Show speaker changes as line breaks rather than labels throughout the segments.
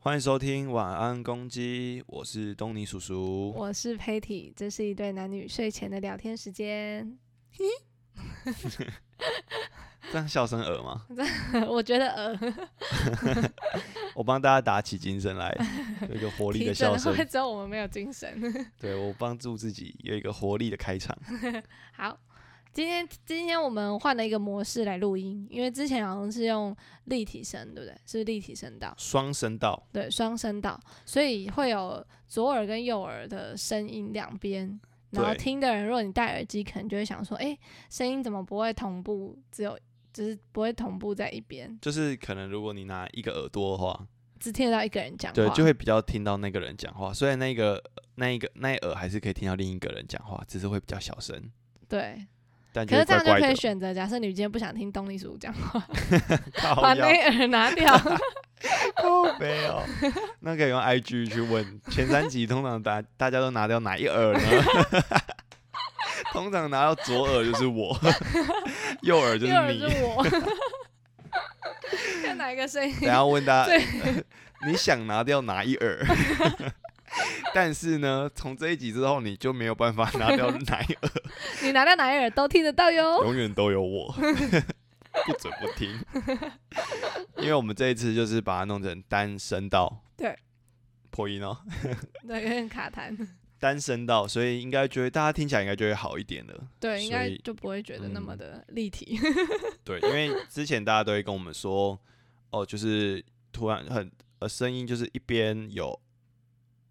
欢迎收听《晚安公鸡》，我是东尼叔叔。
我是 Patty，这是一对男女睡前的聊天时间。
这样笑声耳吗？
我觉得呃，
我帮大家打起精神 来，有一个活力
提
的
振
笑
了
声
会。只有我们没有精神。
对我帮助自己有一个活力的开场。
好，今天今天我们换了一个模式来录音，因为之前好像是用立体声，对不对？是立体声道，
双声道，
对，双声道，所以会有左耳跟右耳的声音两边。然后
对
听的人，如果你戴耳机，可能就会想说，哎，声音怎么不会同步？只有就是不会同步在一边，
就是可能如果你拿一个耳朵的话，
只听得到一个人讲话。
对，就会比较听到那个人讲话。虽然那个那一个那一耳还是可以听到另一个人讲话，只是会比较小声，
对，
但
可
觉
是
得
这样
怪怪
就可以
的。
选择，假设你今天不想听东尼叔讲话，
靠
把
腰
那耳拿掉。
没有，那可以用 IG 去 问前三集，通常大大家都拿掉哪一耳呢？ 通常拿到左耳就是 我，右 耳就
第
是
二
你。
是我， 看哪一个声音
等一下问大家， 你想拿掉哪一 耳？但是呢，从这一集之后，你就没有办法拿掉哪一耳，
你拿到哪一耳都听得到哟。
永远都有 我，不准不听。因为我们这一次就是把它弄成单声道，
对，
破音哦。
对，有点卡痰，
单声道，所以应该觉得大家听起来应该就会好一点了。
对，应
所
该
以
就不会觉得那么
嗯
的立体。
对，因为之前大家都会跟我们说，哦，就是突然很呃声音就是一边有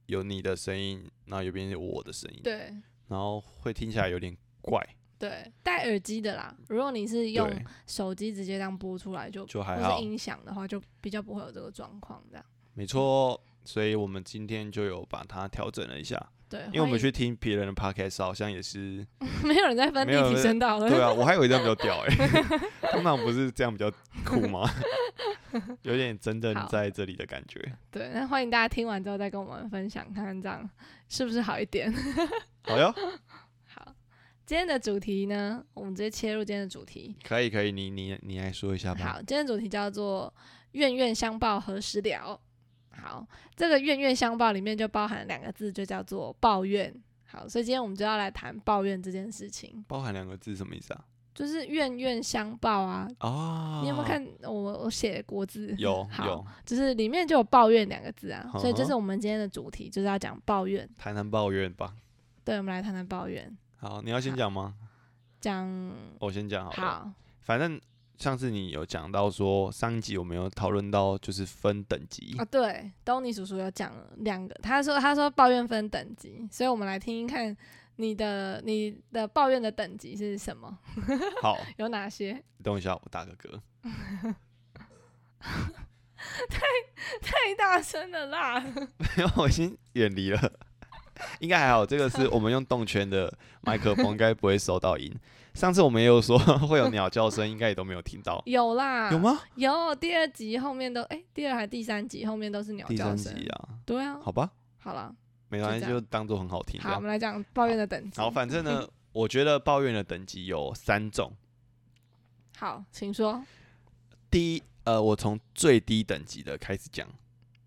有你的声音，然后有边有我的声音，
对
然后会听起来有点怪，
对，戴耳机的啦，如果你是用
对
手机直接这样播出来就，
就还
或
好
是，音响的话，就比较不会有这个状况。这样
没错。所以我们今天就有把它调整了一下，
对，
因为我
欢
们
迎
去听别人的 podcast 好像也 是，
没有人在分
没
立
有
体
人
声道了。
对啊，我还有一张比较屌哎、 通常不是这样比较酷吗？ 有点真正
好
在这里的感觉。
对，那欢迎大家听完之后再跟我们分享，看看这样是不是好一点。
好哟，
好，今天的主题呢，我们直接切入今天的主题。
可以可以，你你你来说一下吧。
好，今天的主题叫做“冤冤相报何时了”。好，这个“冤冤相报”里面就包含两个字，就叫做抱怨。好，所以今天我们就要来谈抱怨这件事情，
包含两个字什么意思啊？
就是冤冤相报啊。
哦，
你有没有？看我我写的国字？
有
好
有，
就是里面就有抱怨两个字啊，所以这
嗯
是
哼
我们今天的主题，就是要讲抱怨。
谈谈抱怨吧。
对，我们来谈谈抱怨，
好，你要先讲吗？嗯
讲
我先讲好了。
好，
反正上次你有讲到说，上一集我们有讨论到就是分等级。
啊，对，东尼叔叔有讲两个，他说他说抱怨分等级，所以我们来听听看你的你的抱怨的等级是什么，
好，
有哪些？
等一下，我打个嗝。
太大声 了啦！
没有，我已经远离了。 应该还好，这个是我们用动圈的麦克风，应该不会收到音。上次我们也有说会有鸟叫声，应该也都没有听 到，
有啦，
有？吗？
有第二集后面都哎、第二还第三集后面都是鸟
第
叫
三
声。
集啊，
对啊，
好吧，
好了，
没关系，
就这
就当做很好听这
好，我
样。
们来讲抱怨的等级。
好，反正
嗯
呢，我觉得抱怨的等级有三种。
好，请说。
第一，呃，我从最低等级的开始讲。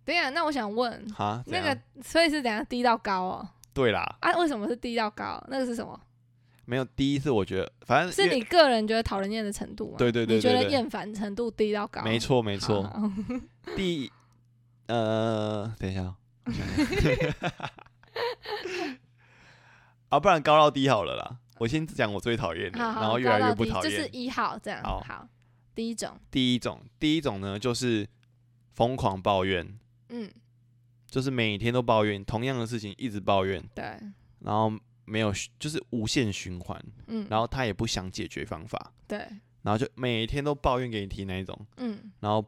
等一下，那我想问，
哈，怎
那个
样
所以是怎样低到高哦？
对啦，
啊，为什么是低到高？那个是什么？
没有第一是我觉得，反正
是
因为
你个人觉得讨人厌的程度吗？
对对对
你觉
对
得
对
厌烦程度低到高？
没错没错。
好。好
第一呃，等一 下哦，我想一下啊，不然高到低好了啦。我先讲我最讨厌的，
好好
然后越来越不
高
讨
到低就是
厌。
一号这样。
好
好，第一种，
第一种，第一种呢就是疯狂抱怨，
嗯，
就是每天都抱怨同样的事情，一直抱怨，
对，
然后没有就是无限循环，
嗯，
然后他也不想解决方法，
对，
然后就每天都抱怨给你听那一种，
嗯，
然后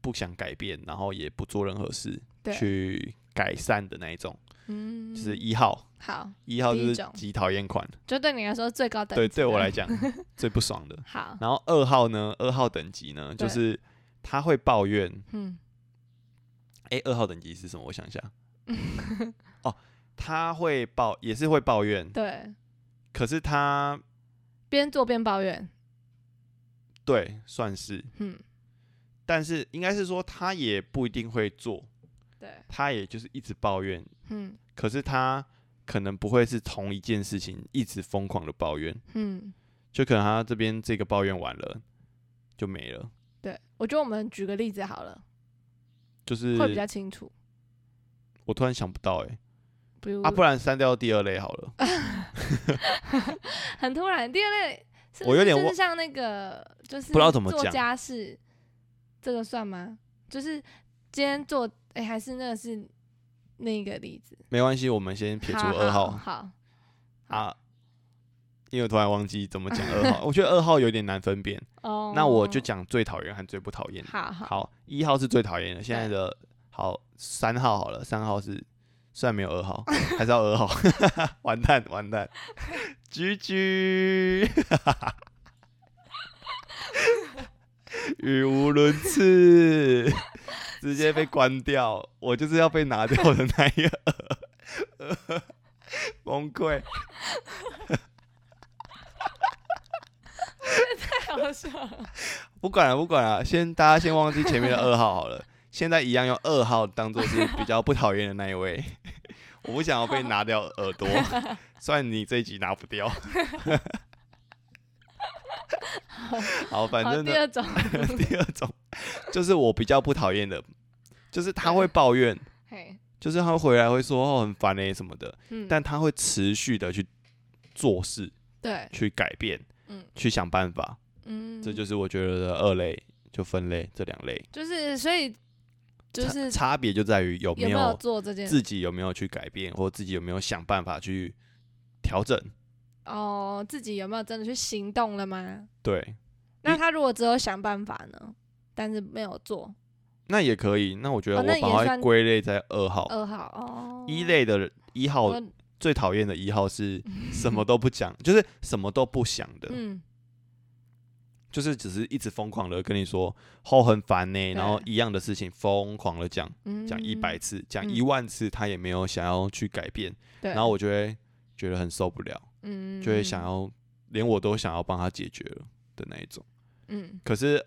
不想改变，然后也不做任何事
对，
去改善的那一种，
嗯，
就是一号，
好，
一号
第
就
一
是
种
极讨厌款，
就对你来说最高等级啊
对，
了。
对我来 讲最不爽的。
好，
然后二号呢，二号等级呢，就
对
是他会抱怨，
嗯，
诶，二号等级是什么？我想一下，哦，他会抱，也是会抱怨，
对，
可是他
边做边抱怨，
对算是，
嗯，
但是应该是说他也不一定会做，
对，
他也就是一直抱怨，
嗯
可是他可能不会是同一件事情一直疯狂的抱怨，
嗯，
就可能他这边这个抱怨完了就没了，
对，我觉得我们举个例子好了，
就是
会比较清楚。
我突然想不到哎、
比如，
啊，不然删掉第二类好了，
很突然，第二类是不
我有
是
点
就是
忘
像那个，就是
不知道怎么
做
讲
家事，这个算吗？就是今天做，哎、还是那个是那个例子，
没关系，我们先撇除
好
二号
好好，
啊，因为我突然忘记怎么讲二号， 我觉得二号有点难分辨，
哦，
那我就讲最讨厌和最不讨厌的。
好好
好，一号是最讨厌的，现在的好三号好了，三号是虽然没有二号， 还是要二号，完蛋完蛋，居居，语无伦次，直接被关掉，我就是要被拿掉的那一个， 崩溃，
太好笑了，
不管了不管了，先大家先忘记前面的二号好了，现在一样用二号当做是比较不讨厌的那一位。 我不想要被拿掉耳朵，算你这一集拿不掉。好，反
好，
正
第
呢，
二种，
第二种就是我比较不讨厌的，就是他会抱怨，
嘿，
就是他回来会说哦很烦哎、什么的，
嗯，
但他会持续的去做事，
对，
去改变，
嗯
去想办法，
嗯，
这就是我觉得的二类就分类这两类。
就是，所以就是
差差别就在于有
有
没
没有
有
做这件
自己有没有去改变，或自己有没有想办法去调整。
哦，自己有没有真的去行动了吗？
对，
那他如果只有想办法呢，但是没有做，
那也可以。那我觉得
哦那
我
也
把它
算
归类在二号、
二哦号哦，
一类的一号
我，
最讨厌的一号 是什么都不讲，就是什么都不想的，
嗯，
就是只是一直疯狂的跟你说后很烦呢、然后
对
一样的事情疯狂的讲，
嗯
讲一百，次，讲
嗯
一万次，他也没有想要去改变，
对，
然后我就会觉得很受不了，
嗯
就会想，要连我都想要帮他解决了的那一种。
嗯
可是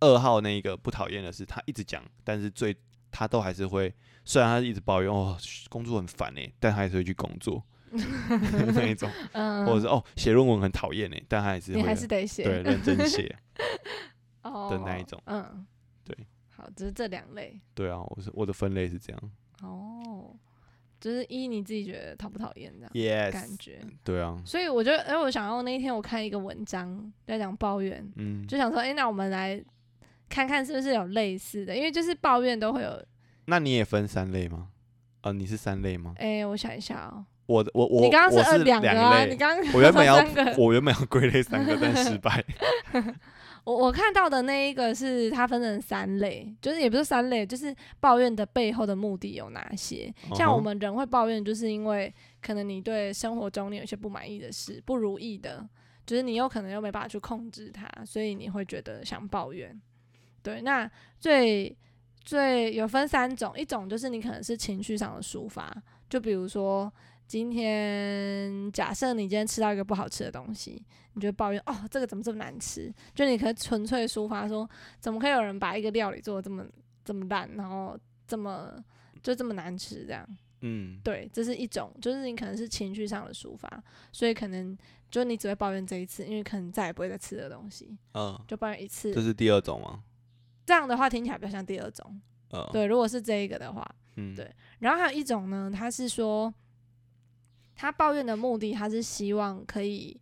二号那一个不讨厌的是，他一直讲，但是最他都还是会，虽然他一直抱怨哦工作很烦哎、但他还是会去工作 那一种，
嗯，
或者是哦写论文很讨厌哎，但他还是
你
会
还是得写
对认真 写。
的
那一种
嗯，
对，
好，就是这两类
对啊，我是我的分类是这
嗯
样。
哦，就是一你自己觉得讨不讨厌这样感
Yes，
觉，
对啊，
所以我觉得，哎，我想要那一天我看一个文章在讲抱怨，
嗯，
就想说，哎，那我们来看看是不是有类似的，因为就是抱怨都会有，
那你也分三类吗？啊、你是三类吗？
哎，我想一下哦，
我的我我
你刚刚
我
呃
是
两个啊，
类
你刚刚
我原本要
说三个
我原本要归类三个，但失败。
我我看到的那一个是它分成三类，就是也不是三类，就是抱怨的背后的目的有哪些。 像我
嗯哼
们人会抱怨，就是因为可能你对生活中你有一些不满意的事、不如意的，就是你有可能又没办法去控制它，所以你会觉得想抱怨。对，那最最有分三种，一种就是你可能是情绪上的抒发，就比如说今天假设你今天吃到一个不好吃的东西，你就会抱怨哦，这个怎么这么难吃？就你可以纯粹抒发说，怎么可以有人把一个料理做的这么这么烂，然后这么就这么难吃这样？
嗯，
对，这是一种，就是你可能是情绪上的抒发，所以可能就你只会抱怨这一次，因为可能再也不会再吃这个东西，
嗯，
就抱怨一次
这。是第二种吗？
这样的话听起来比较像第二种，
嗯，
对，如果是这一个的话，
嗯，
对然后还有一种呢，他是说，他抱怨的目的，他是希望可以，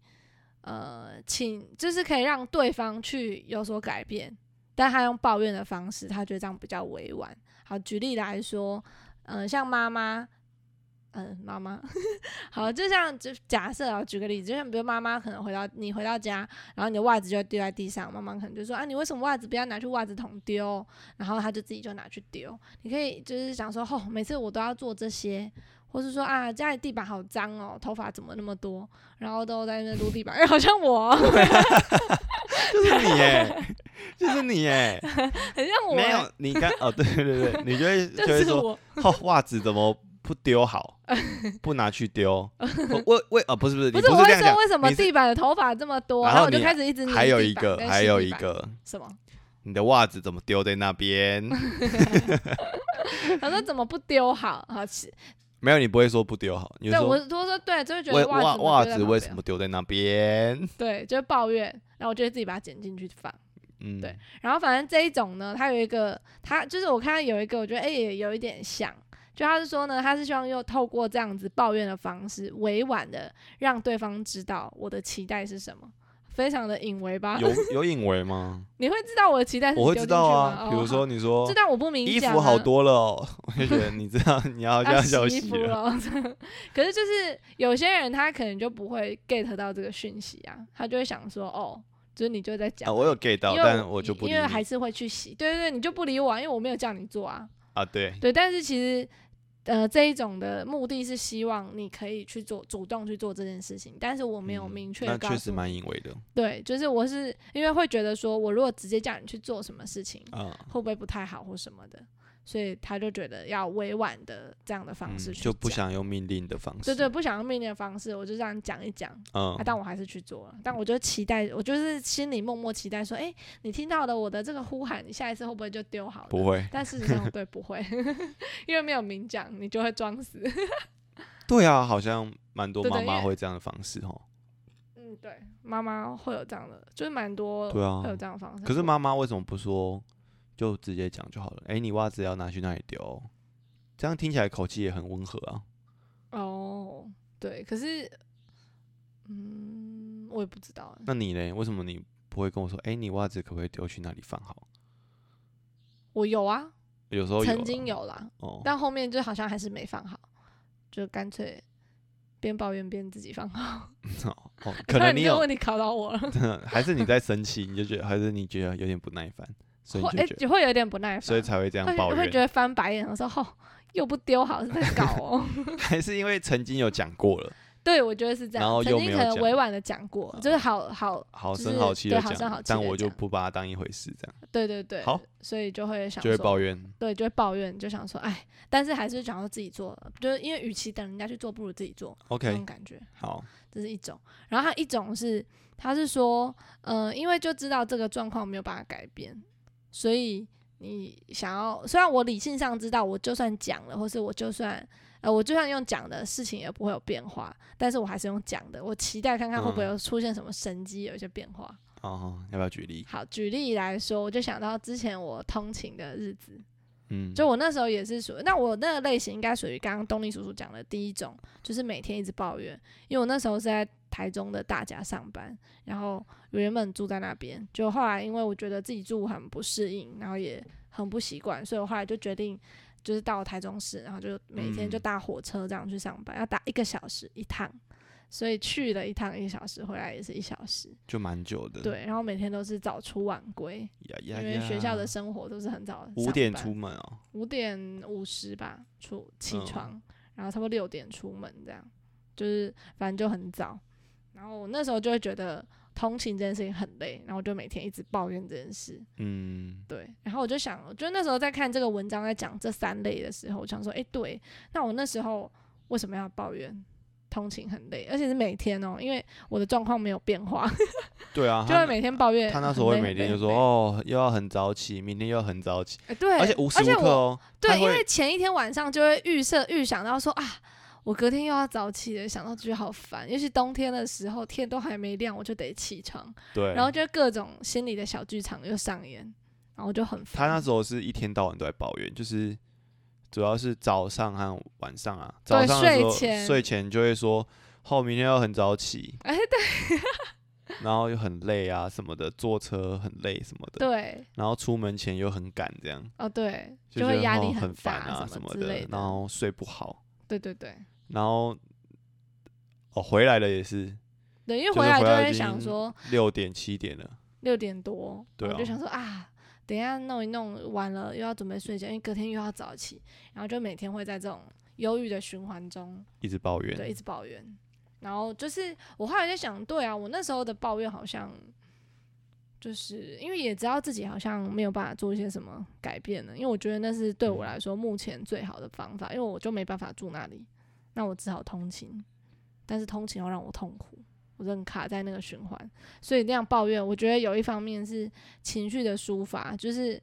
呃，请就是可以让对方去有所改变，但他用抱怨的方式，他觉得这样比较委婉。好，举例来说，呃，像妈妈，嗯、妈妈， 好，就像就假设啊，举个例子，就像比如妈妈可能回到你回到家，然后你的袜子就丢在地上，妈妈可能就说啊，你为什么袜子不要拿去袜子桶丢？然后他就自己就拿去丢。你可以就是想说，哦，每次我都要做这些，或是说啊，家里地板好脏哦，头发怎么那么多，然后都在那边撸地板，哎， 好像我哦，
就是你 耶，就是你耶，
很像我，欸
没有你刚哦，对对对对，你就会就
就
会
是
说，
我，
哦，袜子怎么不丢 好，不拿去丢，我为为哦，不是不是，你
不是我
是这
会
样
说
讲，
为什么
你是
地板的头发这么多，
然
然
后
我就
你
开始一直拧
还有
地
一
板
个
跟
还
吸
有
地
一
板
个
什么
你的袜子怎么丢在那 边？
他说怎么不丢好？好奇，
没有，你不会说不丢好，你会
对我
说
多说对，就会觉
为
得
袜袜
袜
子为什么丢在那边？
对，就会抱怨，然后我就会自己把它捡进去放。
嗯，
对，然后反正这一种呢，它有一个，它就是我看到有一个，我觉得哎、也有一点像，就他是说呢，他是希望又透过这样子抱怨的方式，委婉的让对方知道我的期待是什么，非常的隐微吧？
有有引为吗？
你会知道我的期待是
我会
丢
知
进
道
去
啊，
吗
比如，
哦
说你
好
说
这段我不明
衣
讲、啊，
服好多啊了哦， 我就觉得你知道你要要
洗
小
衣
心
服
了。
了。 可是就是有些人他可能就不会 get 到这个讯息啊，他就会想说哦，就是你就在讲
啊，我有 get 到，
因为
但我就不理
因为还
你
是会去洗，对对对，你就不理我、啊，因为我没有叫你做啊。
啊。对，
对，但是其实呃这一种的目的是希望你可以去做主动去做这件事情，但是我没有
嗯
明确
那
告
确
诉
实
你。
蛮引为的
对，就是我是因为会觉得说，我如果直接叫你去做什么事情，
啊。
会不会不太好或什么的，所以他就觉得要委婉的这样的方
嗯
式去、
就不。想用命令的方式。
对对，，不想用命令的方式，我就这样讲一讲，
嗯
啊，，但我还是去做了。但我就期待，我就是心里默默期待说，哎、你听到的我的这个呼喊，你下一次会不会就丢好了？
不 会。
但事实上，对，不会， 因为没有明讲，你就会装死。
对啊，好像蛮多
对对
妈
因
妈
为
会这样的方式哦。
嗯，对，妈妈会有这样的，就是蛮多
对啊
呃会有这样的方式。
可是妈妈为什么不说，就直接讲就好了？哎，你袜子要拿去哪里丢？这样听起来口气也很温和啊。
哦，对，可是，嗯，我也不知道欸，
那你嘞？为什么你不会跟我说？哎，你袜子可不可以丢去哪里放好？
我有啊，
有时候有
曾
啊
经有啦，
哦，
但后面就好像还是没放好，就干脆边抱怨边自己放好。
哦 哦可能你
这个
有，
问题考到我了，
还是你在生气，你就觉得，还是你觉得有点不耐烦，所以
会
你
哎
就觉得，
也会有点不耐烦，
所以才会这样
会
抱
会觉
怨。
得翻白眼，我说吼、又不丢好是在搞哦。
还是因为曾经有讲过了，
对，我觉得是这
然
样，
后
曾
又
经
没有
可能
讲啊
委婉的讲过，就是好好，
好
就
声
是
好气
对
的
好声
讲
好气，
但
地
我就
讲
不把它当一回事，这样
对对对，
好，
所以就会想
就会
说
抱怨。
对，就会抱怨，就想说，哎，但是还是想要自己做，就是因为与其等人家去做，不如自己做那
OK，
种感觉，
好，
这是一种。然后还有一种是，他是说，呃，因为就知道这个状况没有办法改变，所以你想要，虽然我理性上知道，我就算讲了，或是我就算。呃，我就算用讲的事情也不会有变化，但是我还是用讲的，我期待看看会不会
嗯
有出现什么神机，有一些变化。
哦，要不要举例？
好，举例来说，我就想到之前我通勤的日子，
嗯，
就我那时候也是属于，那我那个类型应该属于刚刚东尼叔叔讲的第一种，就是每天一直抱怨，因为我那时候是在台中的大家上班，然后原本住在那边，就后来因为我觉得自己住很不适应，然后也很不习惯，所以我后来就决定就是到台中市，然后就每天就
嗯
搭火车这样去上班，要搭一个小时一趟，所以去了一趟一小时，回来也是一小时，
就蛮久的。，
对，然后每天都是早出晚归，
呀
因
呀
为学校的
呀
生活都是很早，
五点出门哦，
五点五十吧出起
嗯
床，然后差不多六点出门，这样嗯就是反正就很早。然后我那时候就会觉得通勤这件事情很累，然后我就每天一直抱怨这件事。
嗯，
对，然后我就想，我就那时候在看这个文章在讲这三类的时候，我想说，诶，对，那我那时候为什么要抱怨通勤很累，而且是每天哦，因为我的状况没有变化，
对啊，
就
他
会每天抱怨很累。
他那时候会每
很
天
累
就说，
很
哦，
累
又要很早起，明天又要很早起，
诶对，
而且无时无
我
刻哦，他
对，因
会
为前一天晚上就会预设、预想到说啊，我隔天又要早起了，想到就觉得好烦。尤其冬天的时候，天都还没亮，我就得起床，
对，
然后就各种心理的小剧场又上演，然后我就很
他
烦。
那时候是一天到晚都在抱怨，就是主要是早上和晚上啊，早
对
上的时候
睡前
睡前就会说，哦，明天要很早起，
哎，对
然后又很累啊什么的，坐车很累什么的，
对，
然后出门前又很赶，这样
哦对，
就觉
会
得
压
哦
力
很烦
大
啊
什
么
之类
然后睡不好，
对对对
然后哦回来了也 是
对，因为
就是
回来
回
就
来
会
已
想
经
说
六点七点了，
六点多，
对
我就
啊
想说啊。等一下弄一弄完了，又要准备睡觉，因为隔天又要早起，然后就每天会在这种忧郁的循环中
一直抱
对，
怨，
一直抱怨。然后就是我后来在想，对啊，我那时候的抱怨好像就是因为也知道自己好像没有办法做一些什么改变了，因为我觉得那是对我来说目前最好的方法，因为我就没办法住那里，那我只好通勤，但是通勤要让我痛苦，我我真的卡在那个循环。所以那样抱怨，我觉得有一方面是情绪的抒发，就是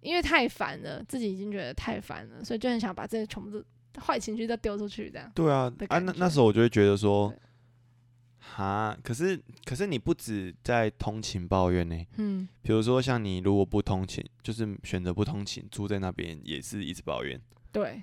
因为太烦了，自己已经觉得太烦了，所以就很想把这些全部都坏情绪都丢出去，这样。
对啊
的，
啊，
感
那
觉
那时候我就会觉得说
对，
哈，可是可是你不止在通勤抱怨呢、
嗯，
比如说像你如果不通勤，就是选择不通勤，住在那边也是一直抱怨。
对。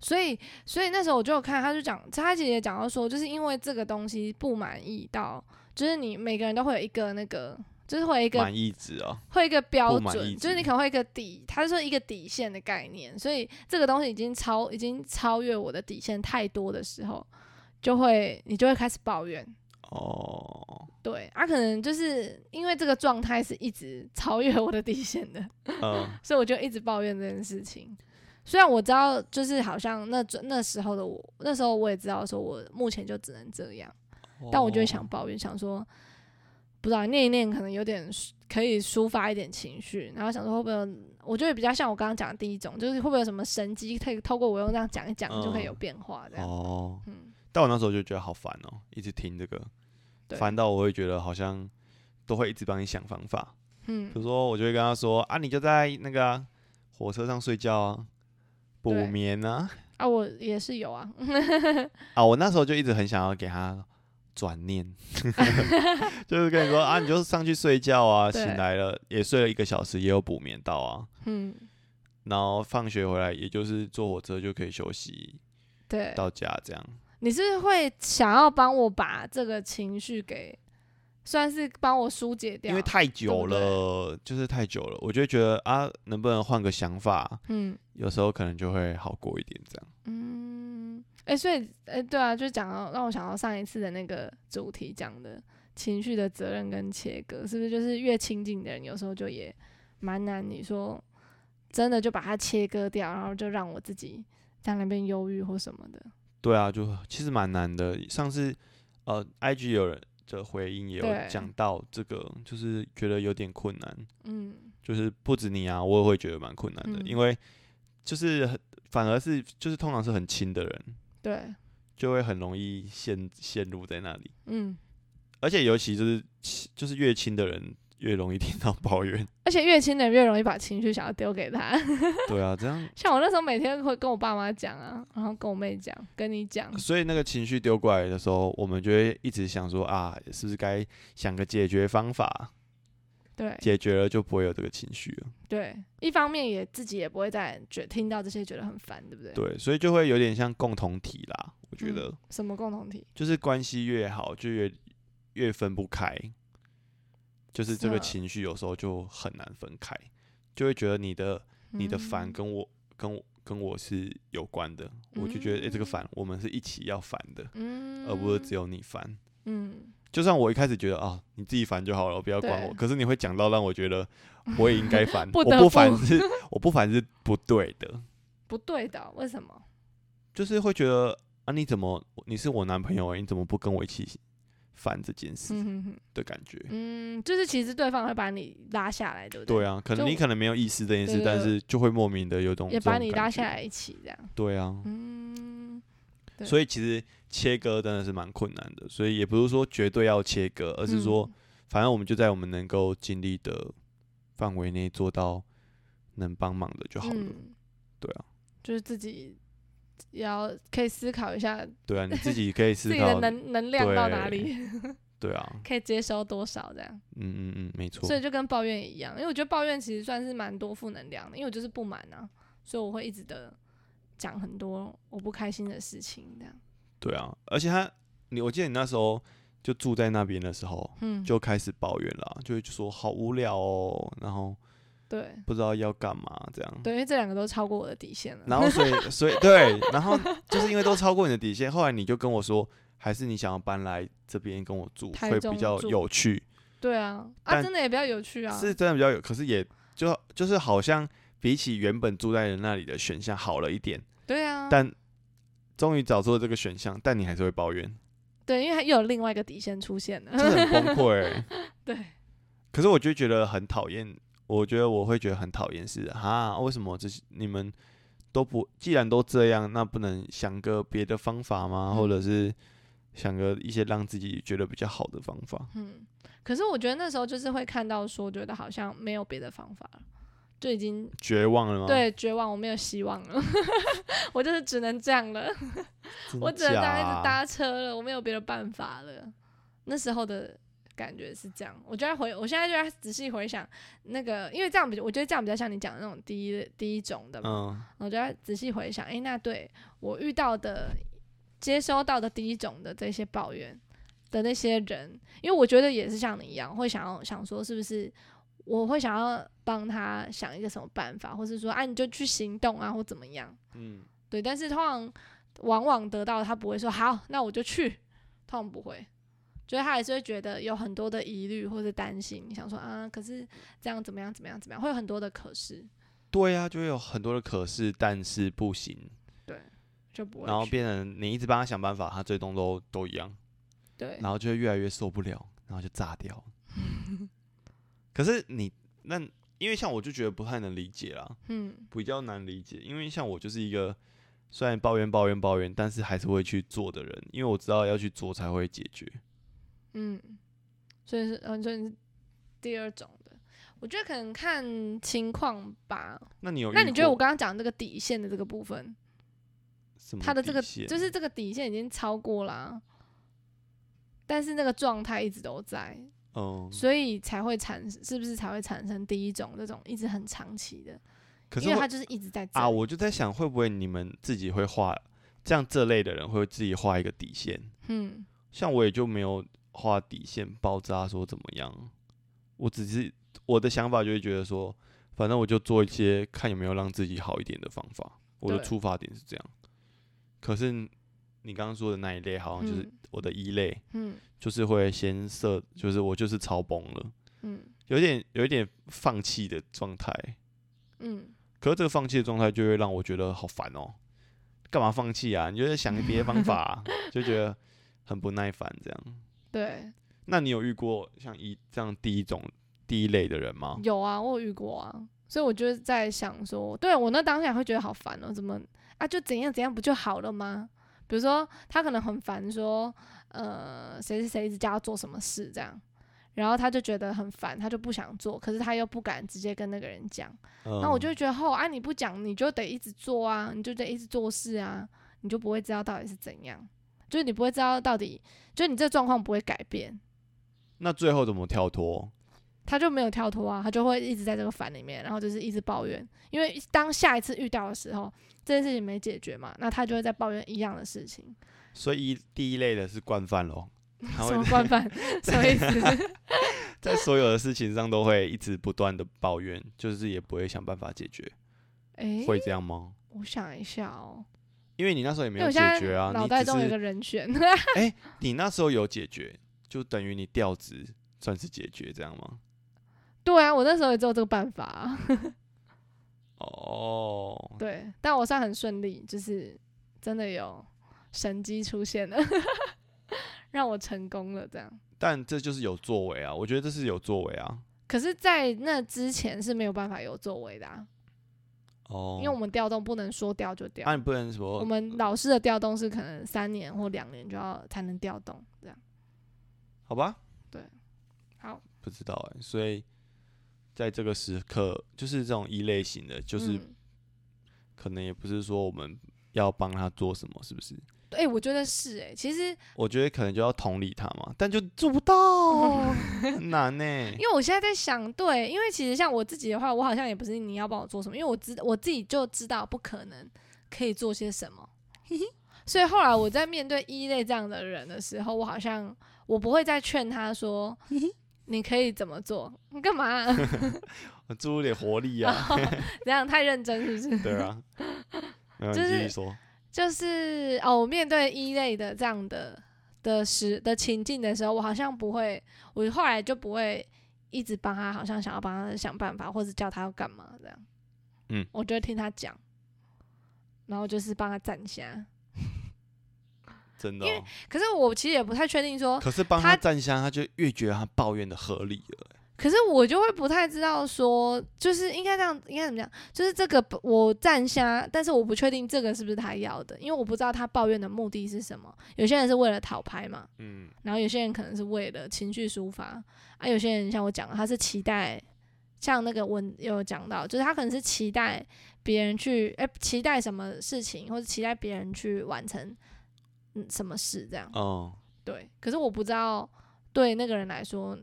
所以，所以那时候我就有看，他就讲，他姐姐讲到说，就是因为这个东西不满意到，就是你每个人都会有一个那个，就是会有一个
满意值哦，
会一个标
不满意
准，就是
值
你可能会一个底，它是说一个底线的概念，所以这个东西已经超已经超越我的底线太多的时候，就会你就会开始抱怨，
哦，
对，啊，可能就是因为这个状态是一直超越我的底线的，
嗯，
所以我就一直抱怨这件事情。虽然我知道，就是好像那那时候的我，那时候我也知道，说我目前就只能这样，但我就会想
哦，
抱怨，想说不知道念一念可能有点抒可以抒发一点情绪，然后想说会不会有，我觉得比较像我刚刚讲的第一种，就是会不会有什么神机，可以透过我用这样讲一讲就可以有
嗯
变化这样。
哦，
嗯，
但我那时候就觉得好烦哦，一直听这个，
对
烦到我会觉得好像都会一直帮你想方法。比
嗯，
如说，我就会跟他说啊，你就在那个啊火车上睡觉啊，补
对
眠啊。
啊，我也是有啊，
啊，我那时候就一直很想要给他转 念，就是跟你说啊，你就上去睡觉啊，
对
醒来了也睡了一个小时，也有补眠到啊。
嗯，
然后放学回来，也就是坐火车就可以休息
对，
到家这样。
你是不是会想要帮我把这个情绪给，算是帮我疏解掉，
因为太久
对不
了，就是太久了，我就会觉得啊，能不能换个想法？
嗯
有时候可能就会好过一点这样。
嗯，哎、所以哎、诶对啊，就讲到让我想到上一次的那个主题讲的情绪的责任跟切割，是不是就是越亲近的人，有时候就也蛮难，你说真的就把它切割掉，然后就让我自己在那边忧郁或什么的，
对啊，就其实蛮难的。上次呃，IG 有人的回应也
对
有讲到这个，就是觉得有点困难，
嗯
就是不止你啊，我也会觉得蛮困难的，
嗯
因为就是很反而是就是通常是很亲的人，
对，
就会很容易陷陷入在那里，
嗯，
而且尤其就是亲就是越亲的人越容易听到抱怨。
而且越亲的人越容易把情绪想要丢给他。
对啊，这样
像我那时候每天会跟我爸妈讲啊，然后跟我妹讲，跟你讲，
所以那个情绪丢过来的时候，我们就会一直想说啊，是不是该想个解决方法？
对
解决了就不会有这个情绪了。
对，一方面也自己也不会再觉听到这些觉得很烦，对不对？
对，所以就会有点像共同体啦。我觉
嗯
得、
什么共同体？
就是关系越好，就越越分不开，就是这个
是啊
情绪有时候就很难分开，就会觉得你的你的烦
嗯
跟我跟我跟我是有关的，我就觉得诶、这个
嗯
烦我们是一起要烦的，
嗯，
而不是只有你烦。
嗯，
就算我一开始觉得啊，你自己烦就好了，不要管我。
对，
可是你会讲到让我觉得我也应该烦
不
我
得
不
不
烦 是我不烦是不对的，
不对的哦，为什么？
就是会觉得啊，你怎么你是我男朋友、欸，你怎么不跟我一起烦这件事
嗯哼哼
的感觉？
嗯，就是其实对方会把你拉下来，对不
对
啊，
啊，可能
就
你可能没有意识这件事，
对对
但
对
是就会莫名的有种
也
这种
把你拉
感
下
觉。
来一起这样。
对啊，
嗯，对
所以其实切割真的是蛮困难的，所以也不是说绝对要切割，而是说
嗯
反正我们就在我们能够尽力的范围内做到能帮忙的就好了。
嗯
对啊，
就是自己也要可以思考一下
对啊，你 自己可以思
自己的
考，
能能量到哪
对
里，
对啊，
可以接收多少这样。
嗯嗯嗯，没错
所，以就跟抱怨一样，因为我觉得抱怨其实算是蛮多负能量的，因为我就是不满啊，所以我会一直的讲很多我不开心的事情，这样。
对啊，而且他，你我记得你那时候就住在那边的时候。
嗯，
就开始抱怨了，啊就会说好无聊哦，然后
对
不知道要干嘛这样。
对，因为这两个都超过我的底线了。
然后所以所以对，然后就是因为都超过你的底线，后来你就跟我说，还是你想要搬来这边跟我住，
台
会
中
比较
住
有趣，
对啊，啊，
但
真的也比较有趣啊。
是真的比较有，可是也就就是好像比起原本住在人那里的选项好了一点，
对啊，
但终于找出了这个选项，但你还是会抱怨，
对，因为还又有另外一个底线出现了。
真的很崩溃、欸。
对，
可是我就觉得很讨厌，我觉得我会觉得很讨厌是啊，为什么这些你们都不，既然都这样，那不能想个别的方法吗？
嗯
或者是想个一些让自己觉得比较好的方法。
嗯，可是我觉得那时候就是会看到说，觉得好像没有别的方法了，就已经
绝望了吗？，
对绝望，我没有希望了， 我就是只能这样了，我只能这
啊
样一直搭车了，我没有别的办法了。那时候的感觉是这样，我就在回，我现在就在仔细回想那个，因为这样比较，我觉得这样比较像你讲的那种第一第一种的嘛，
嗯，
我就在仔细回想，诶，那对我遇到的、接收到的第一种的这些抱怨的那些人，因为我觉得也是像你一样，会想要想说，是不是我会想要帮他想一个什么办法，或是说，啊，你就去行动啊，或怎么样？
嗯，
对，但是通常往往得到他不会说好，那我就去，通常不会，就是他还是会觉得有很多的疑虑或者担心，想说啊，可是这样怎么样怎么样怎么样，会有很多的可是，
对呀、就会有很多的可是，但是不行，
就不会去。
然后变成你一直帮他想办法，他最终都都一样，
对，
然后就会越来越受不了，然后就炸 掉。可是你那，因为像我就觉得不太能理解啦，
嗯。
比较难理解，因为像我就是一个虽然抱怨抱怨抱怨，但是还是会去做的人，因为我知道要去做才会解决。
嗯，所以是，嗯，所以你是第二种的，我觉得可能看情况吧。
那哦你有遇过？
那你觉得我刚刚讲的这个底线的这个部分，
什么
他的这个
底线
就是这个底线已经超过啦、但是那个状态一直都在，
嗯，
所以才会产，是不是才会产生第一种这种一直很长期的？
可是
因为
会
他就是一直在这
啊，
里
我就在想，会不会你们自己会画，像这类的人会自己画一个底线？
嗯，
像我也就没有画底线，包扎说怎么样，我只是我的想法就会觉得说，反正我就做一些看有没有让自己好一点的方法，我的
对
出发点是这样。可是你刚刚说的那一类，好像就是
嗯
我的一类，
嗯
就是会先设，就是我就是超崩了，
嗯
有点有一点放弃的状态。
嗯，
可是这个放弃的状态就会让我觉得好烦哦，干嘛放弃啊？你就在想别的方法啊、就觉得很不耐烦这样。
对，
那你有遇过像一这样第一种第一类的人吗？
有啊，我有遇过啊，所以我就是在想说，对我那当下会觉得好烦哦，怎么啊就怎样怎样不就好了吗？比如说他可能很烦说，呃，谁谁谁一直叫他做什么事这样，然后他就觉得很烦，他就不想做，可是他又不敢直接跟那个人讲，
嗯
那我就会觉得哦啊你不讲你就得一直做啊，你就得一直做事啊，你就不会知道到底是怎样，就是你不会知道到底，就是你这状况不会改变，
那最后怎么跳脱？
他就没有跳脱啊，他就会一直在这个烦里面，然后就是一直抱怨。因为当下一次遇到的时候，这件事情没解决嘛，那他就会在抱怨一样的事情，
所以一第一类的是惯犯 咯，他
什么
会啊
惯犯，什么意思？
在所有的事情上都会一直不断的抱怨，就是也不会想办法解决，
诶，
会这样吗？
我想一下哦，
因为你那时候也没有
因为我
解
现在
决啊，
脑
你
袋
只
中有一
是
个人选，
你那时候有解决，就等于你调职算是解决这样吗？
对啊，我那时候也只有这个办法啊、
哦，
对，但我算很顺利，就是真的有神机出现了， 让我成功了这样。
但这就是有作为啊，我觉得这是有作为啊。
可是，在那之前是没有办法有作为的、啊，
哦
因为我们调动不能说调就调。
啊，你不能
我
说
们老师的调动是可能三年或两年就要才能调动，这样。
好吧？
好，
不知道哎、所以在这个时刻，就是这种一 E 类型的，就是
嗯
可能也不是说我们要帮他做什么，是不是？
对、我觉得是哎、其实
我觉得可能就要同理他嘛，但就做不到， 很难欸呢、
因为我现在在想，对，因为其实像我自己的话，我好像也不是你要帮我做什么，因为我知我自己就知道不可能可以做些什么。所以后来我在面对一类这样的人的时候，我好像我不会再劝他说你可以怎么做，你干嘛啊、
注入点活力啊，
这样太认真是不是？
对啊。没有，你
就
继续
是
说。
就是哦，我面对一类的这样的的时的情境的时候，我好像不会，我后来就不会一直帮他，好像想要帮他想办法，或者叫他要干嘛这样。
嗯，
我就会听他讲，然后就是帮他站下。
真的
因为哦
哦、
可是我其实也不太确定说，
可是帮
他
他站下，他就越觉得他抱怨的合理了欸、
可是我就会不太知道说，就是应该这样，应该怎么讲？就是这个不我站虾，但是我不确定这个是不是他要的，因为我不知道他抱怨的目的是什么。有些人是为了讨拍嘛，
嗯，
然后有些人可能是为了情绪抒发，啊，有些人像我讲的，他是期待，像那个文有讲到，就是他可能是期待别人去，哎、期待什么事情，或者期待别人去完成嗯什么事这样。
哦，
对，可是我不知道对那个人来说，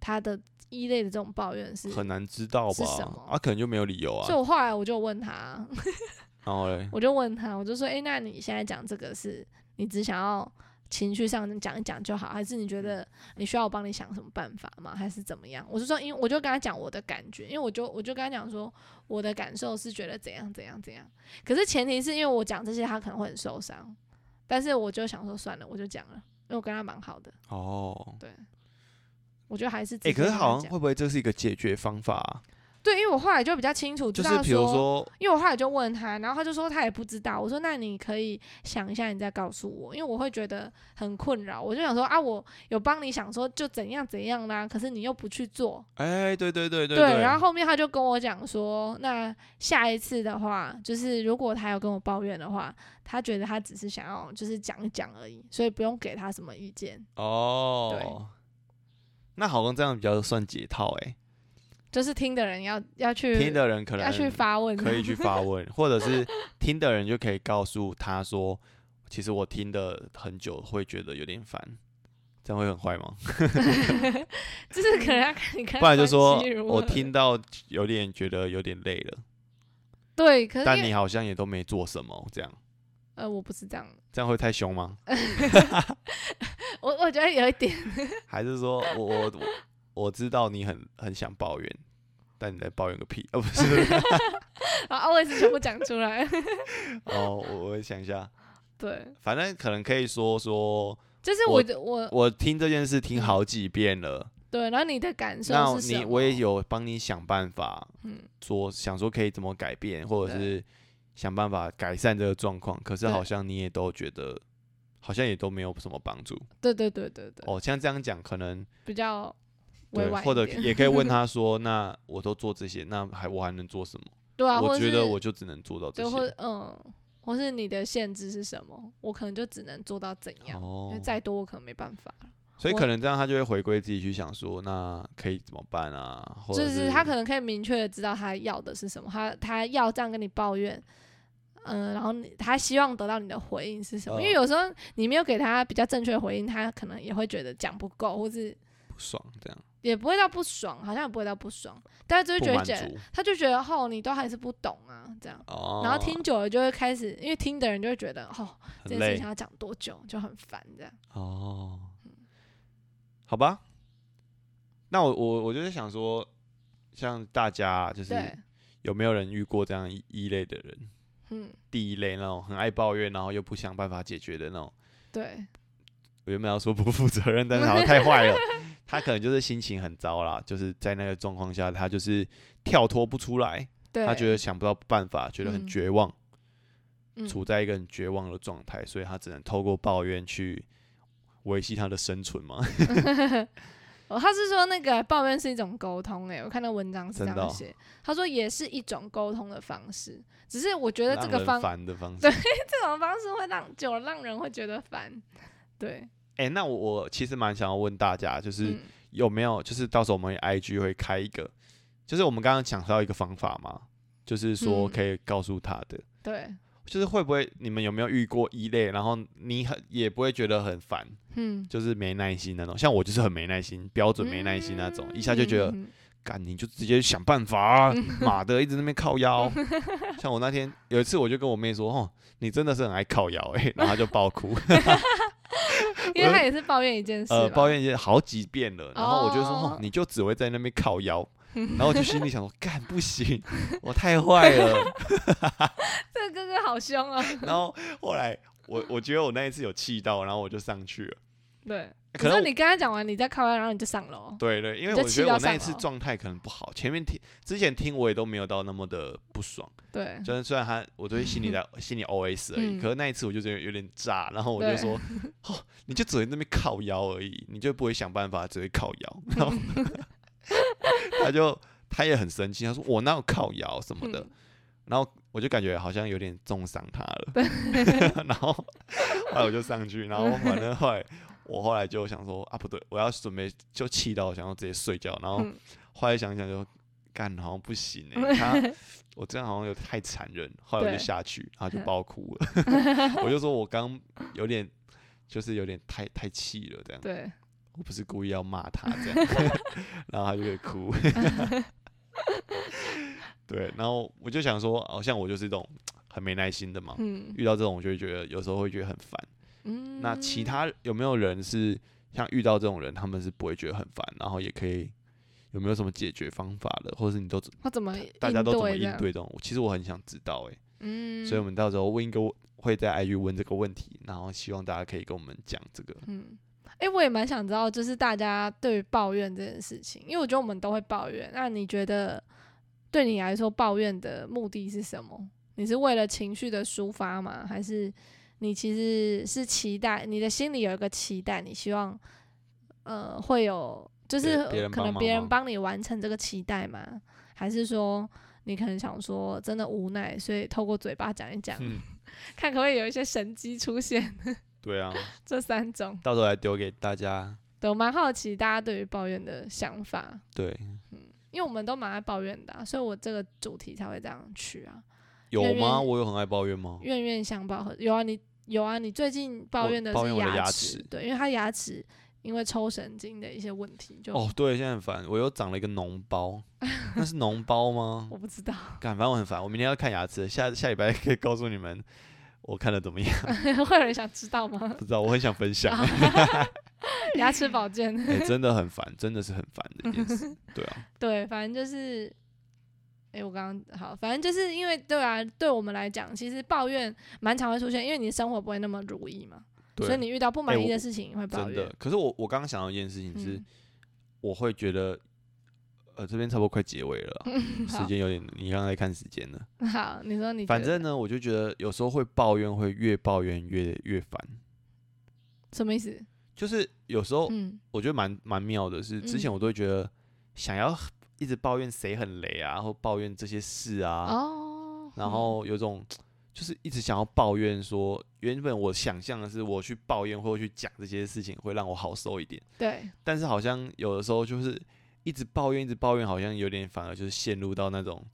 他的一类的这种抱怨是。
很难知道
是
吧
什么？
啊，可能就没有理由啊
所以。我后来我就问他，
然后嘞，
我就问他，我就说，哎、那你现在讲这个是你只想要情绪上讲一讲就好，还是你觉
嗯
得你需要我帮你想什么办法吗？还是怎么样？我是说，因为我就跟他讲我的感觉，因为我就我就跟他讲说我的感受是觉得怎样怎样怎样，可是前提是因为我讲这些他可能会很受伤，但是我就想说算了，我就讲了，因为我跟他蛮好的，
哦，
我觉得还是哎
哎、可是好像会不会这是一个解决方法啊、
对，因为我后来就比较清楚知
就
道
是比如说，
因为我后来就问他，然后他就说他也不知道。我说那你可以想一下，你再告诉我，因为我会觉得很困扰。我就想说啊，我有帮你想说就怎样怎样啦，可是你又不去做。
哎、对对对对
然后后面他就跟我讲说，那下一次的话，就是如果他有跟我抱怨的话，他觉得他只是想要就是讲一讲而已，所以不用给他什么意见，
哦，那好像这样比较算解套哎、
就是听的人要要去
听的人可能
要去发问，啊
可以去发问， 或者是听的人就可以告诉他说，其实我听的很久会觉得有点烦，这样会很坏吗？
就是可能要看你看，
不然就说我听到有点觉得有点累了，
对，可是
但
因为
你好像也都没做什么，这样
呃我不是这样。
这样会太凶吗？
我我觉得有一点，
还是说我我我我知道你很很想抱怨，但你在抱怨个屁？哦，不是
啊，我也是全部讲出来。
哦，我我想一下，
对，
反正可能可以说说，
就是
我
我的我
我听这件事听好几遍了，
对，然后你的感
那
受是什么？
你我也，有帮你想办法，
嗯，
说想说可以怎么改变，或者
对
是想办法改善这个状况，可是好
对
像你也都觉得。好像也都没有什么帮助
对对对对对，
哦，像这样讲可能
比较委
对，
婉一
或者
点
也可以问他说，那我都做这些，那还我还能做什么？
对啊，
我
或者
觉得
是
我就只能做到这
对，或
些。
嗯，或是你的限制是什么？我可能就只能做到怎样，因
哦
为，再多我可能没办法。
所以
我
可能这样他就会回归自己去想说，那可以怎么办啊？或
就
者
是他可能可以明确的知道他要的是什么，他他要这样跟你抱怨，嗯、然后你他希望得到你的回应是什么？因为
哦
有时候你没有给他比较正确的回应，他可能也会觉得讲不够，或是
不爽这样，
也不会到不爽，好像也不会到不爽，但是就
不
会觉
满
得觉得
足
他就觉得哦，你都还是不懂啊，这样。
哦，
然后听久了就会开始，因为听的人就会觉得哦，这
很
件事
累
情要讲多久就很烦这样。
哦，好吧。那我我我就是想说，像大家就是
对，
有没有人遇过这样一一类的人？
嗯，
第一类那种很爱抱怨，然后又不想办法解决的那种。
对，
我原本要说不负责任，但是好像太坏了。他可能就是心情很糟啦，就是在那个状况下，他就是跳脱不出来，
对，
他觉得想不到办法，觉得很
嗯
绝望，
嗯
处在一个很绝望的状态，所以他只能透过抱怨去维系他的生存嘛。
哦，他是说那个抱怨是一种沟通、欸，我看到文章是这
真的哦
样写，他说也是一种沟通的方式，只是我觉得这
让
个
人
方
烦的方式
对。这种方式会让久了让人会觉得烦，对，
哎、那我我其实蛮想要问大家，就是
嗯，
有没有，就是到时候我们 IG 会开一个，就是我们刚刚讲到一个方法嘛，就是说
嗯
可以告诉他的，
对，
就是会不会你们有没有遇过一类，然后你很也不会觉得很烦，
嗯，
就是没耐心那种。像我就是很没耐心，标准没耐心那种，一下就觉得
嗯嗯嗯
干你就直接想办法啊，妈的，一直在那边靠 腰。像我那天有一次，我就跟我妹说，哦，你真的是很爱靠腰哎、然后她就爆 哭。
因为他也是抱怨一件事嘛，
呃，抱怨已经好几遍了，然后我就说，哦
哦
你就只会在那边靠腰，然后我就心里想说，干不行，我太坏了。
这个哥哥好凶啊，
然后后来我我觉得我那一次有气到，然后我就上去了。
对，
可
可
能
是
我
你跟他讲完，你再靠他，然后你就上楼，
对对，因为
你就
我觉
气
得
到
我那
上
一次
了
状态可能不好，前面听之前听我也都没有到那么的不爽，
对，
虽然虽然他我都是心里在心里 OS 而已，
嗯
可是那一次我就觉得有点炸，然后我就
对
说，哦，你就只会在那边靠腰而已，你就不会想办法，只会靠腰。然后 他就他也很生气，他说我哪有靠摇什么的，
嗯
然后我就感觉好像有点重伤他了， 然后后来我就上去，然后反正后来我后来就想说啊不对，我要准备就气到想要直接睡觉，然后
嗯
后来想想就干好像不行哎、 他我这样好像有点太残忍，后来我就
对
下去，然后 就爆哭了， 我就说我刚有点就是有点太太气了这样。
对，
我不是故意要骂他这样，然后他就会哭。对，然后我就想说，好像我就是这种很没耐心的嘛，
嗯
遇到这种我就会觉得有时候会觉得很烦。
嗯。
那其他有没有人是像遇到这种人，他们是不会觉得很烦，然后也可以有没有什么解决方法的，或者是你都
他怎么
大家都怎么应
这样？
对这种？其实我很想知道哎、欸
嗯，
所以我们到时候问一个会在 IG 问这个问题，然后希望大家可以跟我们讲这个。
嗯，哎、我也蛮想知道，就是大家对于抱怨这件事情，因为我觉得我们都会抱怨。那你觉得对你来说，抱怨的目的是什么？你是为了情绪的抒发吗？还是你其实是期待你的心里有一个期待，你希望呃会有，就
别别
是呃
人
可
帮
能
忙
别人
吗
帮你完成这个期待吗？还是说你可能想说真的无奈，所以透过嘴巴讲一讲，
嗯，
看可不可以有一些神机出现？
对啊，
这三种。
到时候来丢给大家。
对，我蛮好奇大家对于抱怨的想法，
对，
因为我们都蛮爱抱怨的啊、所以我这个主题才会这样去啊。
有
怨
吗？
怨
我有很爱抱怨吗？
冤冤相报何？有啊，你有啊，你最近抱
哦我
怨的
抱
是
怨我的牙
齿
齿，
对，因为他牙齿因为抽神经的一些问题，就、
哦，对，现在很烦，我又长了一个脓 包，那是脓包吗？
我不知道。
干，反正我很烦，我明天要看牙齿，下下礼拜可以告诉你们我看的怎么样，
会有人想知道吗？
不知道，我很想分享，
牙齿保健，
哎、真的很烦，真的是很烦的一件 事，对啊，
对，反正就是，哎、我刚刚好，反正就是因为对啊，对我们来讲，其实抱怨蛮常会出现，因为你的生活不会那么如意嘛，
对，
所以你遇到不满
哎
意的
我
事情你会抱
真
怨
的。，可是我我刚刚想到一件事情是，
嗯
我会觉得，呃，这边差不多快结尾 了啊，时
嗯好
间有点，你刚刚在看时间了，
好，你说你
反
觉得
正呢，我就觉得有时候会抱怨，会越抱怨越越烦，
什么意思？
就是有时候
嗯，
我觉得蛮蛮妙的是，之前
嗯
我都会觉得想要一直抱怨谁很雷啊，或抱怨这些事啊，
哦，
然后有种就是一直想要抱怨说，原本我想象的是我去抱怨或去讲这些事情会让我好受一点，
对，
但是好像有的时候就是一直抱怨，一直抱怨，好像有点反而就是陷入到那种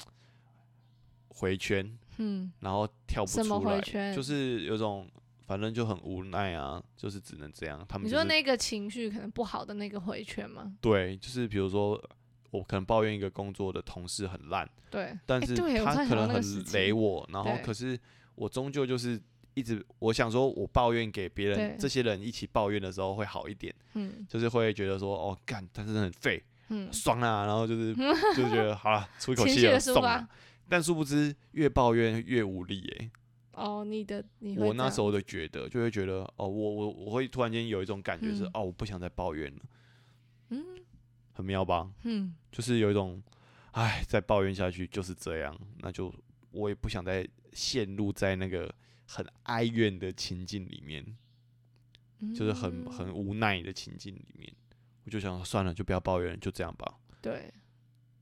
回圈，
嗯，
然后跳不
什么
出
回
来，
圈？
就是有种反正就很无奈啊，就是只能这样。他们
你
就
说
是
那个情绪可能不好的那个回圈吗？
对，就是比如说我可能抱怨一个工作的同事很烂，
对，
但
诶
是
对我
他
突然
可
想到
能
那个事
很
情
雷我，然后
对
可是我终究就是一直我想说，我抱怨给别人
对
这些人一起抱怨的时候会好一点，
嗯
就是会觉得说哦干，他真的很废，
嗯，
爽啊，然后就是 就是觉得好了，出一口
情
气
绪
了，
的
送
抒发
啊。但殊不知越抱怨越无力诶、
哦，你的你会
我那
这
时
样
候的觉得，就会觉得哦，我我我会突然间有一种感觉是、
嗯
哦，我不想再抱怨了，
嗯
很妙吧？
嗯，
就是有一种，唉，再抱怨下去就是这样，那就我也不想再陷入在那个很哀怨的情境里面，就是很
嗯
很无奈的情境里面。我就想说算了，就不要抱怨，就这样吧，
对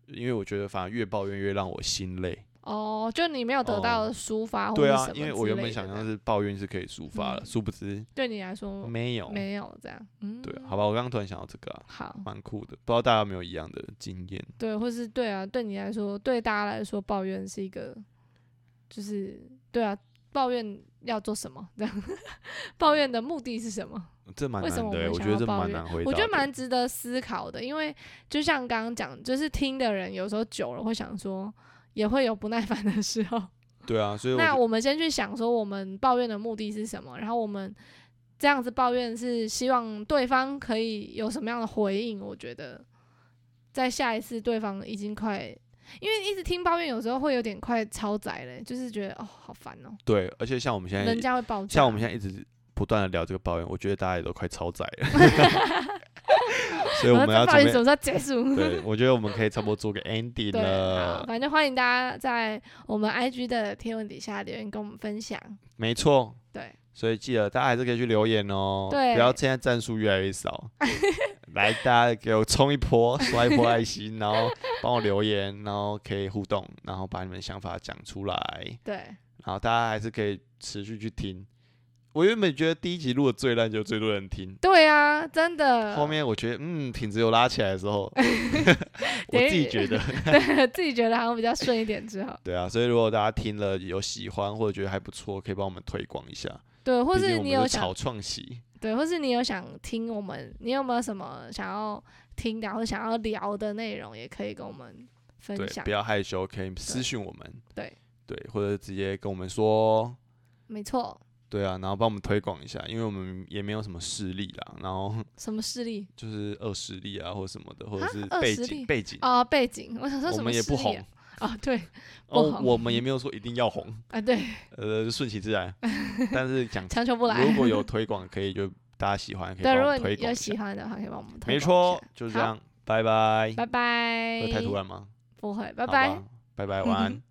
因为我觉得反而越抱怨越让我心累。
哦，就你没有得
哦
到抒发或
对
是
啊
什，
因
么
为我
之
原
类
本
的
想象
这样
是抱怨是可以抒发了，
嗯
殊不知
对你来说
没有。
没有这样，嗯，
对，啊好吧，我刚刚突然想到这个啊，
好，
蛮酷的，不知道大家有没有一样的经验？
对，或是对啊，对你来说，对大家来说，抱怨是一个，就是对啊，抱怨要做什么？这样， 抱怨的目的是什么？
这蛮
为
难
什么我
的欸，
们
我
想
觉得
要
这
抱
蛮
怨
难回答的。
我觉得蛮值得思考的，因为就像刚刚讲，就是听的人有时候久了会想说，也会有不耐烦的时候。
对啊，所以我
那
就
我们先去想说，我们抱怨的目的是什么？然后我们这样子抱怨是希望对方可以有什么样的回应？我觉得在下一次对方已经快，因为一直听抱怨，有时候会有点快超载嘞，就是觉得哦好烦哦，
对，而且像我们现在
人家会爆炸。
像我们现在一直不断的聊这个抱怨，我觉得大家也都快超载 了，所以我
然后
们要
这抱怨什
准
么时候结
备。
束？
对，我觉得我们可以差不多做个 ending
对，好，
了。
反正欢迎大家在我们 IG 的贴文底下留言跟我们分享。
没错，
对，
所以记得大家还是可以去留言哦，
对
不要现在战术越来越少。来，大家给我冲一波，刷一波爱心，然后帮我留言，然后可以互动，然后把你们想法讲出来，
对，
然后大家还是可以持续去听。我原本觉得第一集录的最烂，就最多人听。
对啊，真的。
后面我觉得，嗯，品质有拉起来的时 候，我
等
自己
于
觉得，
对 自己觉得好像比较顺一点之后，
对啊。所以如果大家听了有喜欢或者觉得还不错，可以帮我们推广一下。
对，或
毕竟
是
我
你
们
有
是
想
草创期，
对，或是你有想听我们，你有没有什么想要听的或想要聊的内容，也可以跟我们分
对，
享
不。要害羞，可以私讯我们，
对
对，或者直接跟我们说，哦
没错，
对啊，然后帮我们推广一下，因为我们也没有什么势力啦，然后
什么势力
就是恶势力啊，或什么的，或者
啊
是
恶
背
势
景
力
背景，
啊、背景，我想说
我
什么
们也
势
不
力
红
啊？啊对不
哦，
红
我们也没有说一定要红，
啊，对，
呃，就顺其自 然。但是讲
强求不来。
如果 有推广，可以就大家喜欢，可以
对，
帮
如
我
果
们推
你
广
有
一
喜
下，
欢的话，可以帮我们推
没
广一
错
下，
就是这
好
样，拜拜，
拜拜
会。太突然吗？
不会，拜
好
拜。
吧，拜拜，晚安。